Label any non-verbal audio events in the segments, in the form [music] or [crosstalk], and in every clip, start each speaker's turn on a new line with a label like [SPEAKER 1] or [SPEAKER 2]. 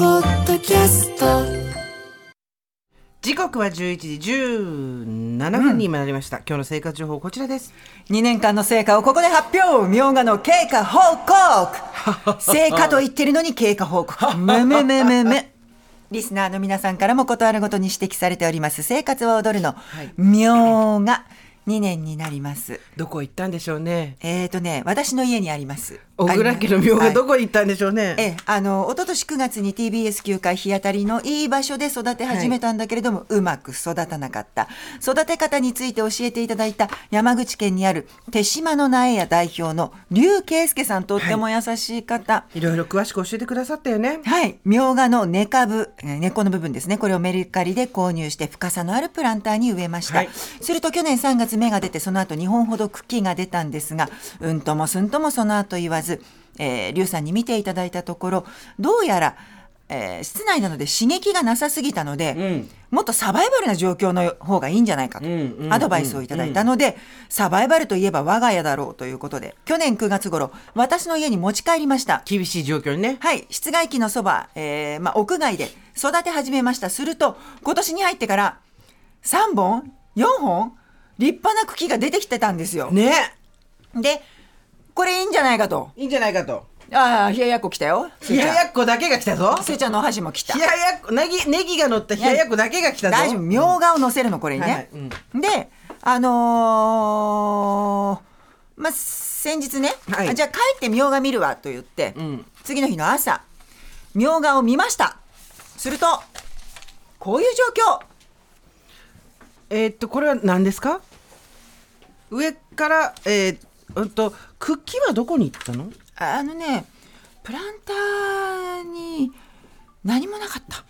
[SPEAKER 1] キャスト
[SPEAKER 2] 時刻は11時17分に今なりました、今日の生活情報こちらです
[SPEAKER 3] 2年間の成果をここで発表みょうがの経過報
[SPEAKER 2] [laughs]
[SPEAKER 3] 告成果と言ってるのに経過報告めめめめめリスナーの皆さんからもことあるごとに指摘されております生活は踊るのみょうが2年になります
[SPEAKER 2] どこ行ったんでしょうね
[SPEAKER 3] えーとね私の家にあります
[SPEAKER 2] 小倉家の妙がどこ行ったんでしょうね、
[SPEAKER 3] ええ、あの一昨年9月に TBS 球界日当たりのいい場所で育て始めたんだけれども、うまく育たなかった育て方について教えていただいた山口県にある手島の苗屋代表の劉圭介さんとっても優しい方、
[SPEAKER 2] いろいろ詳しく教えてくださったよね
[SPEAKER 3] はい。みょうがの根株、えー根っこの部分ですね。これをメルカリで購入して深さのあるプランターに植えました。
[SPEAKER 2] はい
[SPEAKER 3] すると去年3月芽が出て、その後2本ほど茎が出たんですが、うんともすんともその後言わず、えー、リュウさんに見ていただいたところ、どうやら、えー室内なので刺激がなさすぎたので、
[SPEAKER 2] ん
[SPEAKER 3] もっとサバイバルな状況の方がいいんじゃないかと、
[SPEAKER 2] うんうんうん
[SPEAKER 3] アドバイスをいただいたので、サバイバルといえば我が家だろうということで、去年9月頃、私の家に持ち帰りました。
[SPEAKER 2] 厳しい状況にね
[SPEAKER 3] はい、室外機のそば、えーまあ、屋外で育て始めました。すると、今年に入ってから、3本 ?4 本立派な茎が出てきてたんですよ。
[SPEAKER 2] ね
[SPEAKER 3] で、これいいんじゃないかと。
[SPEAKER 2] いいんじゃないかと
[SPEAKER 3] ああ、冷ややっこ来たよ。せ
[SPEAKER 2] 冷
[SPEAKER 3] いち
[SPEAKER 2] や
[SPEAKER 3] ゃん
[SPEAKER 2] やっこだけが来たぞ
[SPEAKER 3] せいちゃんのお箸も来た
[SPEAKER 2] 冷。ややっこネギネギが乗った冷ややっこだけが来たぞ
[SPEAKER 3] 大丈夫。みょうがを乗せるの、これに
[SPEAKER 2] はいはい
[SPEAKER 3] ね。で、あのーまあ、先日ね、
[SPEAKER 2] はい
[SPEAKER 3] あじゃあ帰ってみょうが見るわと言って、
[SPEAKER 2] ん
[SPEAKER 3] 次の日の朝、みょうがを見ました。すると、こういう状況。
[SPEAKER 2] えーっとこれは何ですか上からえーっと茎はどこに行ったの
[SPEAKER 3] あのね、プランターに何もなかった。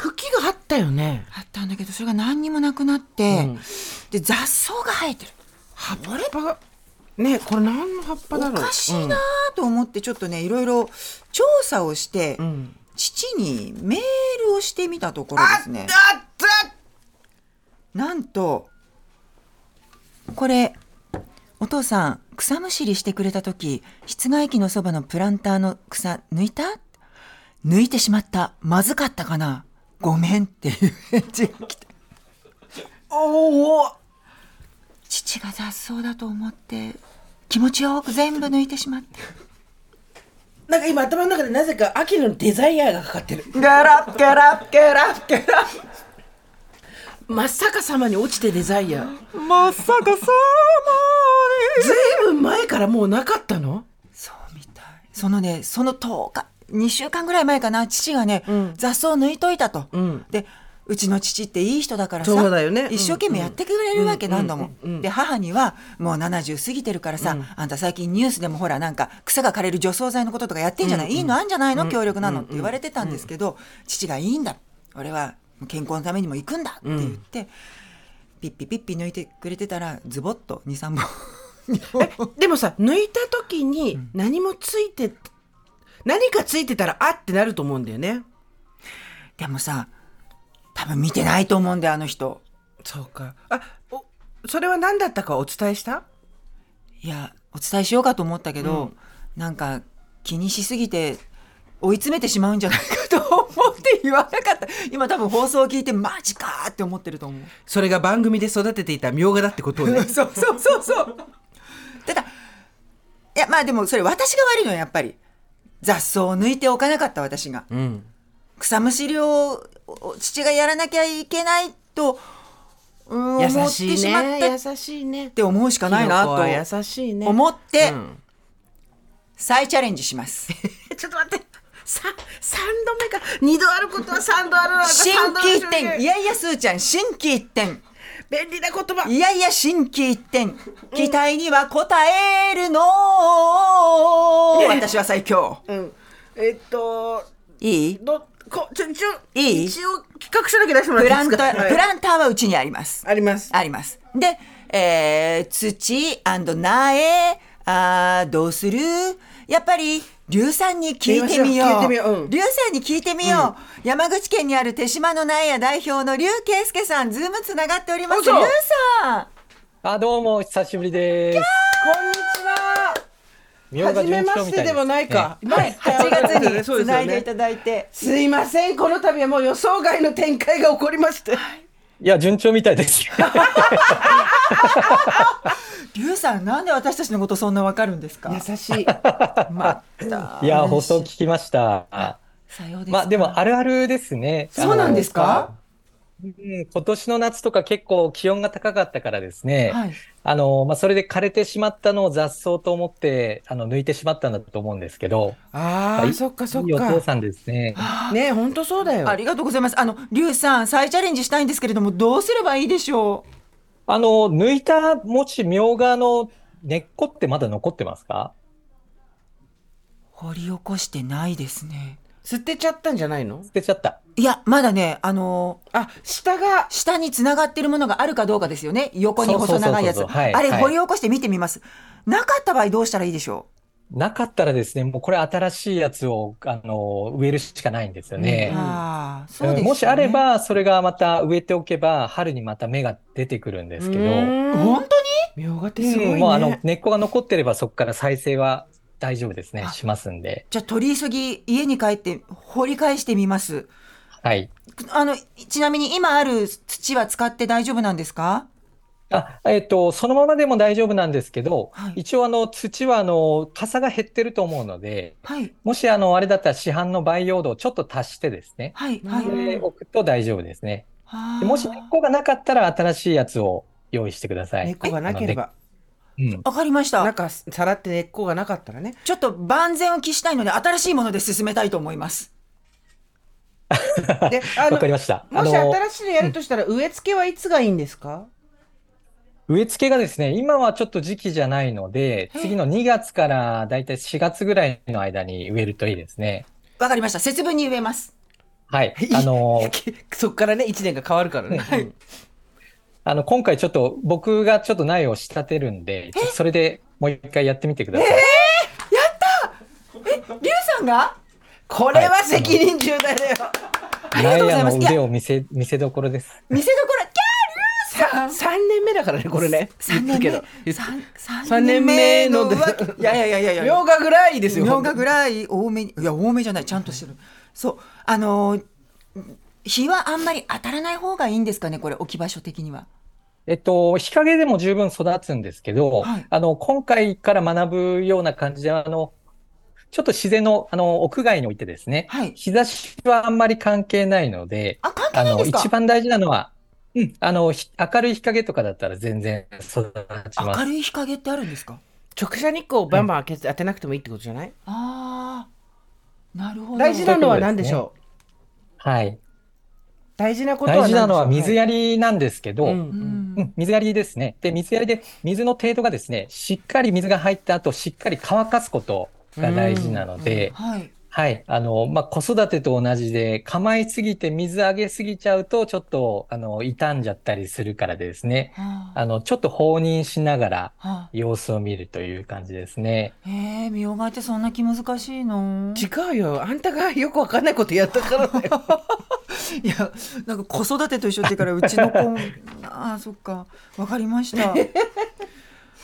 [SPEAKER 2] 茎があったよね
[SPEAKER 3] あったんだけど、それが何にもなくなって、
[SPEAKER 2] うん
[SPEAKER 3] で、雑草が生えてる。
[SPEAKER 2] 葉っぱがねこれ何の葉っぱだ
[SPEAKER 3] お
[SPEAKER 2] ろう
[SPEAKER 3] かしいなと思って、ちょっとね、いろいろ調査をして、
[SPEAKER 2] うんうん
[SPEAKER 3] 父にメールをしてみたところ
[SPEAKER 2] あ
[SPEAKER 3] で
[SPEAKER 2] っ
[SPEAKER 3] す
[SPEAKER 2] た
[SPEAKER 3] ね。
[SPEAKER 2] あった
[SPEAKER 3] なんと、これ、お父さん、草むしりしてくれたとき、室外機のそばのプランターの草、抜いた抜いてしまった。まずかったかなごめんっていう返事が来て。
[SPEAKER 2] おお
[SPEAKER 3] 父が雑草だと思って、気持ちよく全部抜いてしまって。
[SPEAKER 2] なんか今頭の中でなぜか秋のデザイアがかかってる
[SPEAKER 3] ガラッガラッガラッガラ
[SPEAKER 2] 真っ逆さまに落ちてデザイア
[SPEAKER 3] ッ。まさかさ
[SPEAKER 2] ずいぶん前からもうなかったの
[SPEAKER 3] そうみたい。そのね、その10日、2週間ぐらい前かな、父がね、
[SPEAKER 2] うん
[SPEAKER 3] 雑草抜いといたと。
[SPEAKER 2] うん
[SPEAKER 3] で、うちの父っていい人だからさ、
[SPEAKER 2] そうだよね
[SPEAKER 3] 一生懸命やってくれるわけ
[SPEAKER 2] うん
[SPEAKER 3] 何度も。
[SPEAKER 2] うんうん
[SPEAKER 3] で、母には、もう70過ぎてるからさ、あんた最近ニュースでもほら、なんか草が枯れる除草剤のこととかやってんじゃない、いいのあんじゃないの、協力なのって言われてたんですけど、父がいいんだ。俺は健康のためにも行くんだって言って、ピッピピッピ抜いてくれてたら、ズボッと2、3本。
[SPEAKER 2] でもさ抜いた時に何もついて何かついてたらあってなると思うんだよね
[SPEAKER 3] でもさ、多分見てないと思うんだよ、あの人。
[SPEAKER 2] そうかあおそれは何だったかお伝えした
[SPEAKER 3] いや、お伝えしようかと思ったけど、なんか気にしすぎて追い詰めてしまうんじゃないかと思って言わなかった。今多分放送を聞いてマジかーって思ってると思う。
[SPEAKER 2] それが番組で育てていたみょうがだってことをね
[SPEAKER 3] [laughs] そうそうそうそう。ただ、いや、まあでもそれ私が悪いのよ、やっぱり。雑草を抜いておかなかった私が。
[SPEAKER 2] [laughs] うん
[SPEAKER 3] 草むしりをおお父がやらなきゃいけないと、うーん
[SPEAKER 2] 優
[SPEAKER 3] 思って
[SPEAKER 2] しい
[SPEAKER 3] しまっ
[SPEAKER 2] ね
[SPEAKER 3] たっ
[SPEAKER 2] 優しいね
[SPEAKER 3] て思うしかないな
[SPEAKER 2] キノコは
[SPEAKER 3] と
[SPEAKER 2] 優しいね
[SPEAKER 3] 思って
[SPEAKER 2] うん
[SPEAKER 3] 再チャレンジします。
[SPEAKER 2] ちょっと待って。さ、三度目か。二度あることは三度あるわ。
[SPEAKER 3] 新規一
[SPEAKER 2] 三度あ
[SPEAKER 3] 点
[SPEAKER 2] る
[SPEAKER 3] いやいやすーちゃん新規一点
[SPEAKER 2] 便利な言葉。
[SPEAKER 3] いやいや新規一点期待には応えるの私は最強
[SPEAKER 2] うん。えっと、
[SPEAKER 3] いい
[SPEAKER 2] ど、こ、ちょ、ちょ、
[SPEAKER 3] いい
[SPEAKER 2] 一応企画しなきゃ出してもらって
[SPEAKER 3] プ
[SPEAKER 2] い
[SPEAKER 3] ラ
[SPEAKER 2] い
[SPEAKER 3] ン
[SPEAKER 2] です
[SPEAKER 3] タ
[SPEAKER 2] か
[SPEAKER 3] ー、プランターはうちにあります。
[SPEAKER 2] あります。
[SPEAKER 3] あります。で、えー、土苗、あーどうするやっぱり、硫酸に聞いてみよう。
[SPEAKER 2] 聞いてみよううん
[SPEAKER 3] 硫酸に聞いてみよう。山口県にある手島の苗屋代表の劉圭介さん、ズームつながっております。劉
[SPEAKER 2] 嘘
[SPEAKER 3] さん。
[SPEAKER 4] あ、どうも、お久しぶりです。
[SPEAKER 2] こんにちは。
[SPEAKER 4] い
[SPEAKER 1] みょうが
[SPEAKER 2] 初め
[SPEAKER 1] 順
[SPEAKER 2] ま
[SPEAKER 1] 調み
[SPEAKER 2] したて
[SPEAKER 1] い
[SPEAKER 2] でもないか。前
[SPEAKER 3] 8月に
[SPEAKER 2] そう
[SPEAKER 3] [laughs]
[SPEAKER 2] ですよ
[SPEAKER 3] つな
[SPEAKER 2] ね
[SPEAKER 3] いでいただいて。
[SPEAKER 2] すいません、この度はもう予想外の展開が起こりまして。
[SPEAKER 1] いや順調みたいです。
[SPEAKER 3] リュウさん、なんで私たちのことそんなわかるんですか
[SPEAKER 2] 優しい。
[SPEAKER 3] ま
[SPEAKER 2] [laughs]
[SPEAKER 3] た。
[SPEAKER 1] いや放送聞きました。
[SPEAKER 3] さようですか。
[SPEAKER 1] まあでもあるあるですね。
[SPEAKER 3] そうなんですか
[SPEAKER 1] あの。うん今年の夏とか結構気温が高かったからですね。
[SPEAKER 3] はい。
[SPEAKER 1] あのまあそれで枯れてしまったのを雑草と思ってあの抜いてしまったんだと思うんですけど。
[SPEAKER 2] あ
[SPEAKER 1] は
[SPEAKER 2] あ、
[SPEAKER 1] い
[SPEAKER 2] そっかそっ
[SPEAKER 1] いいお父
[SPEAKER 2] か。
[SPEAKER 1] さんですね。
[SPEAKER 2] ね、本当そうだよ。
[SPEAKER 3] ありがとうございます。あの、リュウさん、再チャレンジしたいんですけれども、どうすればいいでしょう
[SPEAKER 1] あの抜いたもしみょうがの根っこってまだ残ってますか？
[SPEAKER 3] 掘り起こしてないですね。
[SPEAKER 2] 捨てちゃったんじゃないの
[SPEAKER 1] 捨てちゃった。
[SPEAKER 3] いや、まだね、あの
[SPEAKER 2] あ、下が、
[SPEAKER 3] 下に繋がってるものがあるかどうかですよね。横に細長いやつ。
[SPEAKER 1] そうそうそうそうはい
[SPEAKER 3] あれ、
[SPEAKER 1] はい
[SPEAKER 3] 掘り起こして見てみます。なかった場合どうしたらいいでしょ
[SPEAKER 1] なかったらですね、もうこれ新しいやつを、あの、植えるしかないんですよ
[SPEAKER 3] う、
[SPEAKER 1] ね。
[SPEAKER 3] ああ、そうです、ね。
[SPEAKER 1] もしあれ。ば、それがまた植えておけば、春にまた芽が出てくるんですけど、
[SPEAKER 2] ど。
[SPEAKER 3] 本当に
[SPEAKER 2] みょうがってすごい
[SPEAKER 1] うん
[SPEAKER 2] ね。
[SPEAKER 1] もうあの、根っこが残ってればそこから再生は大丈夫ですね
[SPEAKER 3] あ。
[SPEAKER 1] しますんで。
[SPEAKER 3] じゃあ取り急ぎ家に帰って掘り返してみます。
[SPEAKER 1] はい。
[SPEAKER 3] あの、ちなみに今ある土は使って大丈夫なんですか
[SPEAKER 1] あ、えっと、そのままでも大丈夫なんですけど
[SPEAKER 3] はい、
[SPEAKER 1] 一応あの、土はあの、傘が減ってると思うので、
[SPEAKER 3] はい、
[SPEAKER 1] もしあの、あれだったら市販の培養土をちょっと足してですね、
[SPEAKER 3] はい、は
[SPEAKER 1] そ
[SPEAKER 2] うん
[SPEAKER 3] い。
[SPEAKER 1] れで置くと大丈夫ですね。
[SPEAKER 3] あ
[SPEAKER 1] で
[SPEAKER 3] ー
[SPEAKER 1] もし根っこがなかったら新しいやつを用意してくださ
[SPEAKER 2] [laughs]
[SPEAKER 1] い。
[SPEAKER 2] 根っこがなければ。
[SPEAKER 1] あの。でうん
[SPEAKER 3] わかりまし
[SPEAKER 2] な
[SPEAKER 3] た
[SPEAKER 2] ん。か、さらって根っこがなかったらね。
[SPEAKER 3] ちょっと万全を期したいので新しいもので進めたいと思います。
[SPEAKER 2] で、あ
[SPEAKER 1] わ
[SPEAKER 2] の
[SPEAKER 1] か、りました。あ
[SPEAKER 2] もし
[SPEAKER 1] の、
[SPEAKER 2] 新しいのやるとしたら、植え付けはいつがいいんですか [laughs]
[SPEAKER 1] 植え付けがですね、今はちょっと時期じゃないので、
[SPEAKER 3] へえ
[SPEAKER 1] 次の2月からだいたい4月ぐらいの間に植えるといいですね。
[SPEAKER 3] わかりました。節分に植えます。
[SPEAKER 1] はい。あの、
[SPEAKER 2] そっからね、1年が変わるからね。うん
[SPEAKER 1] あの、今回ちょっと僕がちょっと苗を仕立てるんで、ちょっとそれでもう一回やってみてください。
[SPEAKER 3] え、リュウさんが
[SPEAKER 2] これは責任重大だよ。
[SPEAKER 3] ありがとうございます
[SPEAKER 1] 苗の腕を見せ、見せどころです。
[SPEAKER 3] 見せどころ、キャーリュウさん
[SPEAKER 2] 3年目だからね、これね。
[SPEAKER 3] 三
[SPEAKER 2] 言っとく
[SPEAKER 3] 年目
[SPEAKER 2] けど言っとく
[SPEAKER 3] 三
[SPEAKER 2] 三
[SPEAKER 3] 三
[SPEAKER 2] 年
[SPEAKER 3] 年目
[SPEAKER 2] 目
[SPEAKER 3] の
[SPEAKER 2] の
[SPEAKER 3] 浮 [laughs] 気いやいやいやいやいや
[SPEAKER 2] みょうがぐらいですよ。
[SPEAKER 3] みょうがぐらい多めにいや多めじゃないちゃんとしてる、そうあのー日はあんまり当たらない方がいいんですかねこれ置き場所的には
[SPEAKER 1] えっと、日陰でも十分育つんですけど、
[SPEAKER 3] はい
[SPEAKER 1] あの、今回から学ぶような感じで、あの、ちょっと自然の、あの、屋外においてですね、
[SPEAKER 3] はい
[SPEAKER 1] 日差しはあんまり関係ないので、
[SPEAKER 3] あ関係
[SPEAKER 1] あ
[SPEAKER 3] ないんで
[SPEAKER 1] の、
[SPEAKER 3] すか
[SPEAKER 1] 一番大事なのは、うん、あの、ひ明るい日陰とかだったら全然育ちま
[SPEAKER 3] 明
[SPEAKER 1] す。
[SPEAKER 3] るい日陰ってあるんですか
[SPEAKER 2] 直射日光をバンバン当て当てなくてもいいってことじゃない
[SPEAKER 3] ああなるほど
[SPEAKER 2] 大事なのは何でしょう
[SPEAKER 1] はい。
[SPEAKER 2] 大事なことは
[SPEAKER 1] 大事なのは
[SPEAKER 2] 何でしょ
[SPEAKER 1] 水
[SPEAKER 2] う
[SPEAKER 1] やりなんですけど、
[SPEAKER 2] う
[SPEAKER 3] うんん
[SPEAKER 1] うん、水やりですね。で、水やりで、水の程度がですね、しっかり水が入った後、しっかり乾かすことが大事なので、
[SPEAKER 3] はい
[SPEAKER 1] はい。あの、まあ、子育てと同じで、構いすぎて水あげすぎちゃうと、ちょっと、あの、傷んじゃったりするからですね。
[SPEAKER 3] はあ
[SPEAKER 1] あの、ちょっと放任しながら
[SPEAKER 3] はあ
[SPEAKER 1] 様子を見るという感じですね。
[SPEAKER 3] へえみょうがってそんな気難しいの
[SPEAKER 2] 違うよあんたがよくわかんないことやったからだよ
[SPEAKER 3] いやなんか子育てと一緒って言うからうちの子もああそっかわかりました
[SPEAKER 2] [laughs]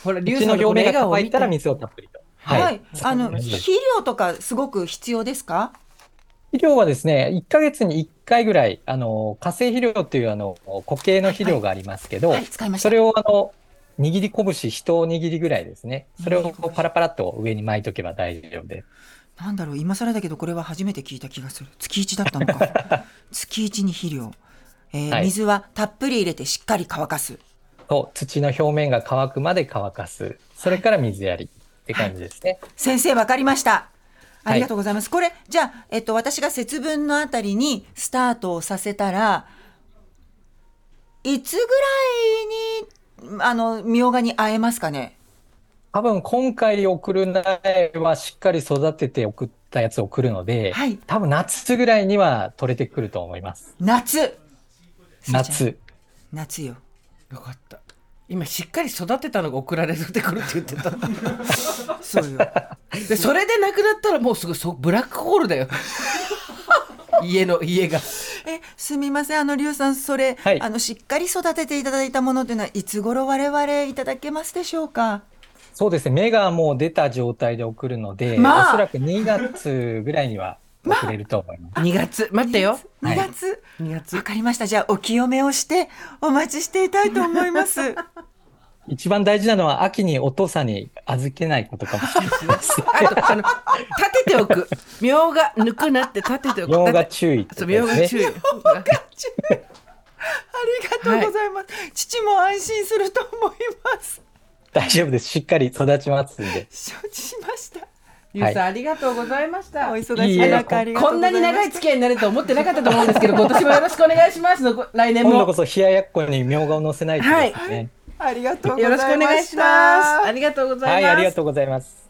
[SPEAKER 2] ほら
[SPEAKER 1] う
[SPEAKER 2] 龍
[SPEAKER 1] ち
[SPEAKER 2] さ
[SPEAKER 1] の
[SPEAKER 2] んのこの
[SPEAKER 1] 表面
[SPEAKER 2] 笑
[SPEAKER 1] が
[SPEAKER 2] 顔を
[SPEAKER 1] 乾
[SPEAKER 2] 見
[SPEAKER 1] いたら
[SPEAKER 2] て
[SPEAKER 1] 水をたっぷりと。
[SPEAKER 3] はい、
[SPEAKER 1] はい。
[SPEAKER 3] あの
[SPEAKER 1] 大丈夫です
[SPEAKER 3] 肥料とかすごく必要ですか
[SPEAKER 1] 肥料はですね、1ヶ月に1回ぐらい、あの、化成肥料という、あの、固形の肥料がありますけど、
[SPEAKER 3] はい使いました
[SPEAKER 1] それを、あの、握り拳、一握りぐらいですね。それを
[SPEAKER 3] 握り
[SPEAKER 1] こ
[SPEAKER 3] 拳
[SPEAKER 1] うパラパラっと上に巻いとけば大丈夫です。
[SPEAKER 3] なんだろう今更だけどこれは初めて聞いた気がする月一だったのか月一に肥料、えー
[SPEAKER 1] はい
[SPEAKER 3] 水はたっぷり入れてしっかり乾かす
[SPEAKER 1] と土の表面が乾くまで乾かす。それから水やりって感じですね。
[SPEAKER 3] 先生わかりました
[SPEAKER 1] はい
[SPEAKER 3] ありがとうございます、これじゃあ、えっと、私が節分のあたりにスタートをさせたらいつぐらいにあのみょうがに会えますかね
[SPEAKER 1] 多分今回送る苗はしっかり育てて送ったやつを送るので、
[SPEAKER 3] はい
[SPEAKER 1] 多分夏ぐらいには取れてくると思います。
[SPEAKER 3] 夏
[SPEAKER 1] 夏。
[SPEAKER 3] 夏よ
[SPEAKER 2] よかった今しっかり育てたのが送られてくるって言ってた [laughs]
[SPEAKER 3] そう
[SPEAKER 1] [laughs]
[SPEAKER 3] よ
[SPEAKER 2] でそれでなくなったらもうすぐそブラックホールだ [laughs] よ家の家が
[SPEAKER 3] えすみませんあのリュウさんそれ、
[SPEAKER 1] はい
[SPEAKER 3] あのしっかり育てていただいたものというのはいつ頃我々いただけますでしょうか
[SPEAKER 1] そうですね、芽がもう出た状態で送るので、
[SPEAKER 3] まあ
[SPEAKER 1] おそらく2月ぐらいには送れると思います。
[SPEAKER 2] 2月待ってよ
[SPEAKER 3] 2月
[SPEAKER 2] 2
[SPEAKER 3] わ
[SPEAKER 2] 月
[SPEAKER 3] かりましたじゃあお清めをしてお待ちしていたいと思います
[SPEAKER 1] 一番大事なのは、秋にお父さんに預けないことかもしれないです。
[SPEAKER 2] あとあの立てておくみょうが抜くなって立てておく
[SPEAKER 1] みょう
[SPEAKER 2] だっ
[SPEAKER 1] が
[SPEAKER 2] て
[SPEAKER 1] 注意って
[SPEAKER 2] そ
[SPEAKER 1] こと
[SPEAKER 2] うみょうが
[SPEAKER 1] です
[SPEAKER 2] 注 [laughs]
[SPEAKER 1] ね。
[SPEAKER 2] 意
[SPEAKER 3] ありがとうございます、父も安心すると思います
[SPEAKER 1] 大丈夫です。しっかり育ちますんで。
[SPEAKER 3] 承知しました
[SPEAKER 2] ゆうさんありがとうございました
[SPEAKER 3] お忙
[SPEAKER 1] い
[SPEAKER 3] し
[SPEAKER 1] い
[SPEAKER 3] い
[SPEAKER 1] え
[SPEAKER 3] 中ありがとう
[SPEAKER 2] こ
[SPEAKER 3] ご
[SPEAKER 2] ん
[SPEAKER 3] ざ
[SPEAKER 2] ない
[SPEAKER 3] ま
[SPEAKER 2] に長
[SPEAKER 3] した
[SPEAKER 2] い付き合いになると思ってなかったと思うんですけど、今年もよろしくお願いしますの。来年
[SPEAKER 1] 今度
[SPEAKER 2] も
[SPEAKER 1] こ。そ冷ややっこにみょうがを乗せないとですね。
[SPEAKER 3] ありがとうござ
[SPEAKER 2] よろ
[SPEAKER 3] い
[SPEAKER 2] し
[SPEAKER 3] まし
[SPEAKER 2] く
[SPEAKER 3] た
[SPEAKER 2] お願いします。ありがとうござ
[SPEAKER 1] はいい、
[SPEAKER 2] ます。
[SPEAKER 1] ありがとうございます。